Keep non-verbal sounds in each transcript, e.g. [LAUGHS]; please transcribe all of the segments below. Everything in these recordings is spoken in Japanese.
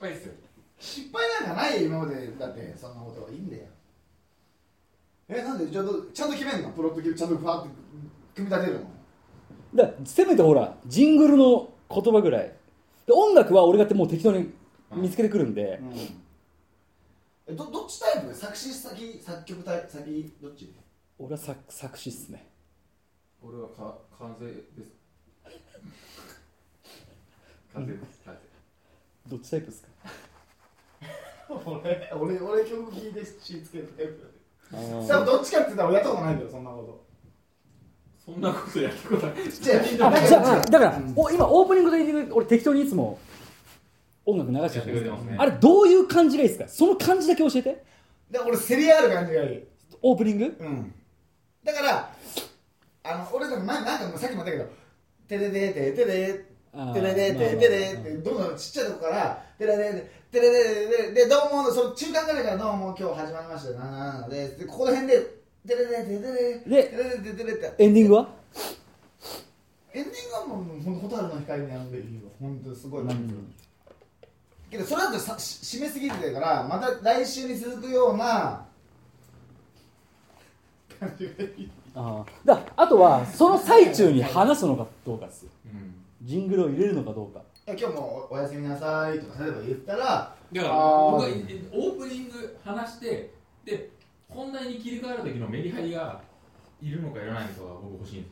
敗ですよ失敗なんかないよ今までだってそんなことはいいんだよえなんでちゃんとちゃんと決めんのプロット決めちゃんとファーって組み立てるのだせめてほらジングルの言葉ぐらいで音楽は俺がってもう適当に見つけてくるんで、えどどっちタイプ作詞先作曲タイプ先どっち俺は作作詞っすね俺はか完成 [LAUGHS] です完成です完成どっちタイプですか俺俺俺曲聴いて詞つけるタイプあ多ー分どっちかって言ったら俺やったことないんだよそんなこそんなことやったことないとじゃああじゃあだから、お今オープニングとエンディング俺適当にいつも音楽流してるじゃないですやってくれてますかねあれどういう感じがいいですかその感じだけ教えてで俺セリある感じがいいオープニングうんだからあの俺でもななんかもうさっきも言ったけど「テレレテテレあーテレレまあまテあまあテレ」ってどんどんちっちゃいとこから「テレレテレレテレ」で「どうも」その中間ぐらいから「どうも今日始まりましたよななななで」でここら辺で「テレレテテレ」でテレレテテレ」ってエンディングはエンディングはもうほんと蛍の光にあるんでいいよ本当にすごいなんですよ、けどそれだとさし締めすぎてるからまた来週に続くよう [LAUGHS] な感じがいいあーだあとはその最中に話すのかどうかっすようんジングルを入れるのかどうかいや今日もおおやすみなさいとか例えば言ったらだからあー僕はえオープニング話してで本題に切り替える時のメリハリがいるのかいらないのかが僕欲しいんで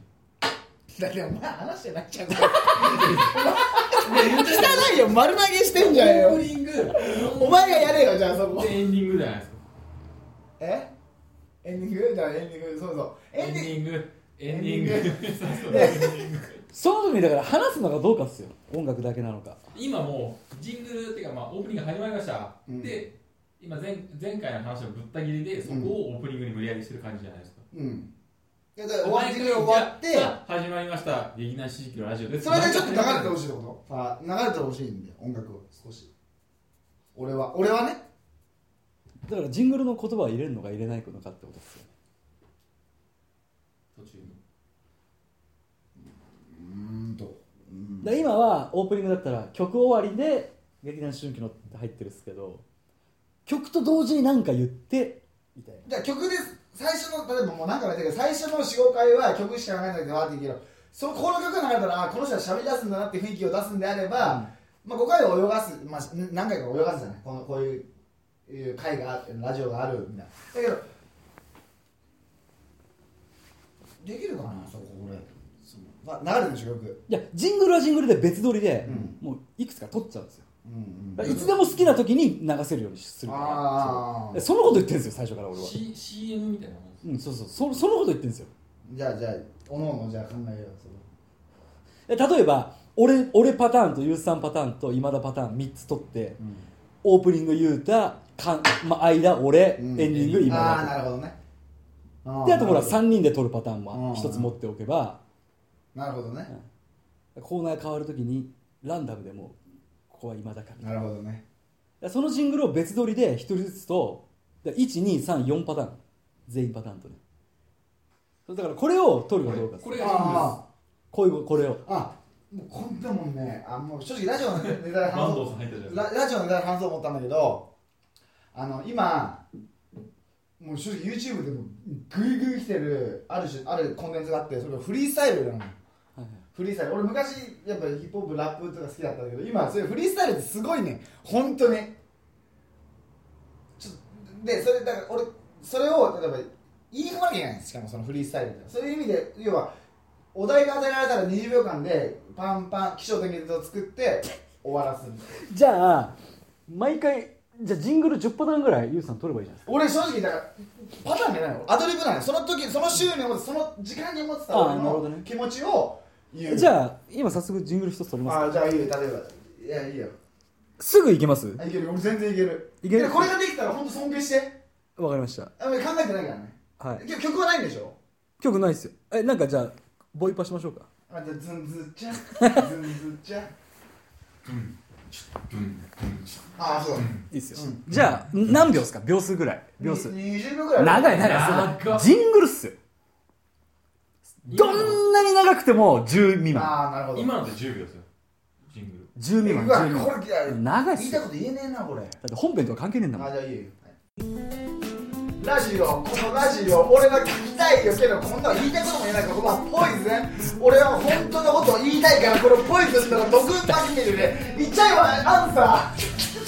すよだってお前話してないじ [LAUGHS] ゃん汚いよ丸投げしてんじゃんオーよプニングお前がやれよじゃあそこでエンディングじゃないですかえエンディングじゃあエンディングそうそうエエンンデディングィングエエンンディンディンググそうそうエンディングその時にだから話すのかどうかっすよ音楽だけなのか今もうジングルっていうかまあオープニング始まりました、うんで今前前回の話のぶった切りでそこをオープニングに無理やりしてる感じじゃないですか、うんいやだかおら終わ前りが終わってじゃあ始まりました劇団四季のラジオですそれでちょっと流れてほしいしいってことあ流れてほしいんで音楽を少し俺は俺はねだからジングルの言葉を入れるのか入れないのかってことですよ途中うーんとうんで今はオープニングだったら曲終わりで劇団春季のって入ってるんですけど曲と同時に何か言ってみたいなじゃあ曲で最初の例えばもう何回も言ったけど最初の45回は曲しか流れないけどわーっていいけどそのこの曲が流れたらあこの人は喋り出すんだなって雰囲気を出すんであれば、まあ、5回を泳がす、まあ、ん何回か泳がすじゃないこのこういういう回があってラジオがあるみたいなだけどできるかなそこ俺その、まあ、流れてるでしょ曲いやジングルはジングルで別撮りで、うんもういくつか撮っちゃうんですようんだからいつでも好きな時に流せるようにするからあそうーでそのこと言ってるんですよ最初から俺は、 C CM みたいなもんですうん、そうそうそそのこと言ってるんですよじゃあじゃあおのおのじゃあ考えようそれで例えば俺俺パターンとユースさんパターンと今田パターン3つ撮ってうんオープニング言うたかん、ま、間俺、うんエンディング今ああ田なるほどねーであとほらなる3人で撮るパターンもうん一つ持っておけばなるほどねコーナー変わるときにランダムでもうここは今だかなるほどねらそのジングルを別撮りで1人ずつと1234パターン全員パターンとねそうだからこれを撮るかどうかこれがジングルですあこういうこれをああもうこんなもんねあもう正直ラジオのネタで坂東話そさん入ったじゃなういですかララジオのネタで話そう思ったんだけどあの今もう正直 YouTube でもグイグイ来てるある種あるコンテンツがあってそれがフリースタイルなのはいはいフリースタイル俺昔やっぱヒップホップラップとか好きだったんだけど今そういうフリースタイルってすごいね本当にちょっとでそれだから俺それを例えば言い踏まなきゃいけないんですしかもそのフリースタイルってそういう意味で要はお題が与えられたら20秒間でパンパン起承転結を作って終わらすみたいなじゃあ毎回じゃあジングル10パターンぐらいユウさん撮ればいいじゃないですか俺正直だからパターンじゃないのアドリブなのその時その週に思ってその時間に思ってたあー俺なるほどのね気持ちを言うじゃあ今早速ジングル1つ撮りますあーじゃあいいよ例えばいやいいよすぐ行けますあいける俺全然いけるいけるでこれができたら本当尊敬してわかりましたあんまり考えてないからね、はい今日曲はないんでしょ曲ないっすよえなんかじゃあボイパしましょうかあじゃあズンズッ [LAUGHS] チャズンズッチャブンブンチああそうだいいっすよ、うんじゃあ何秒っすか秒数ぐらい秒数に20秒ぐらい長い長長いっそうだジングルっすよ今どんなに長くても10未満ああなるほど今ので10秒ですよジング10未満うわ10未これ嫌い満長いっ言いすたいよこと言えねえなこれあだって本編とは関係ねえんだじもんゃあいいよラジオこのラジオ俺は聞きたいよけどこんなの言いたいことも言えないからこのポイズン俺は本当のことを言いたいからこのポイズンとか毒まみれで言っちゃえばアンサー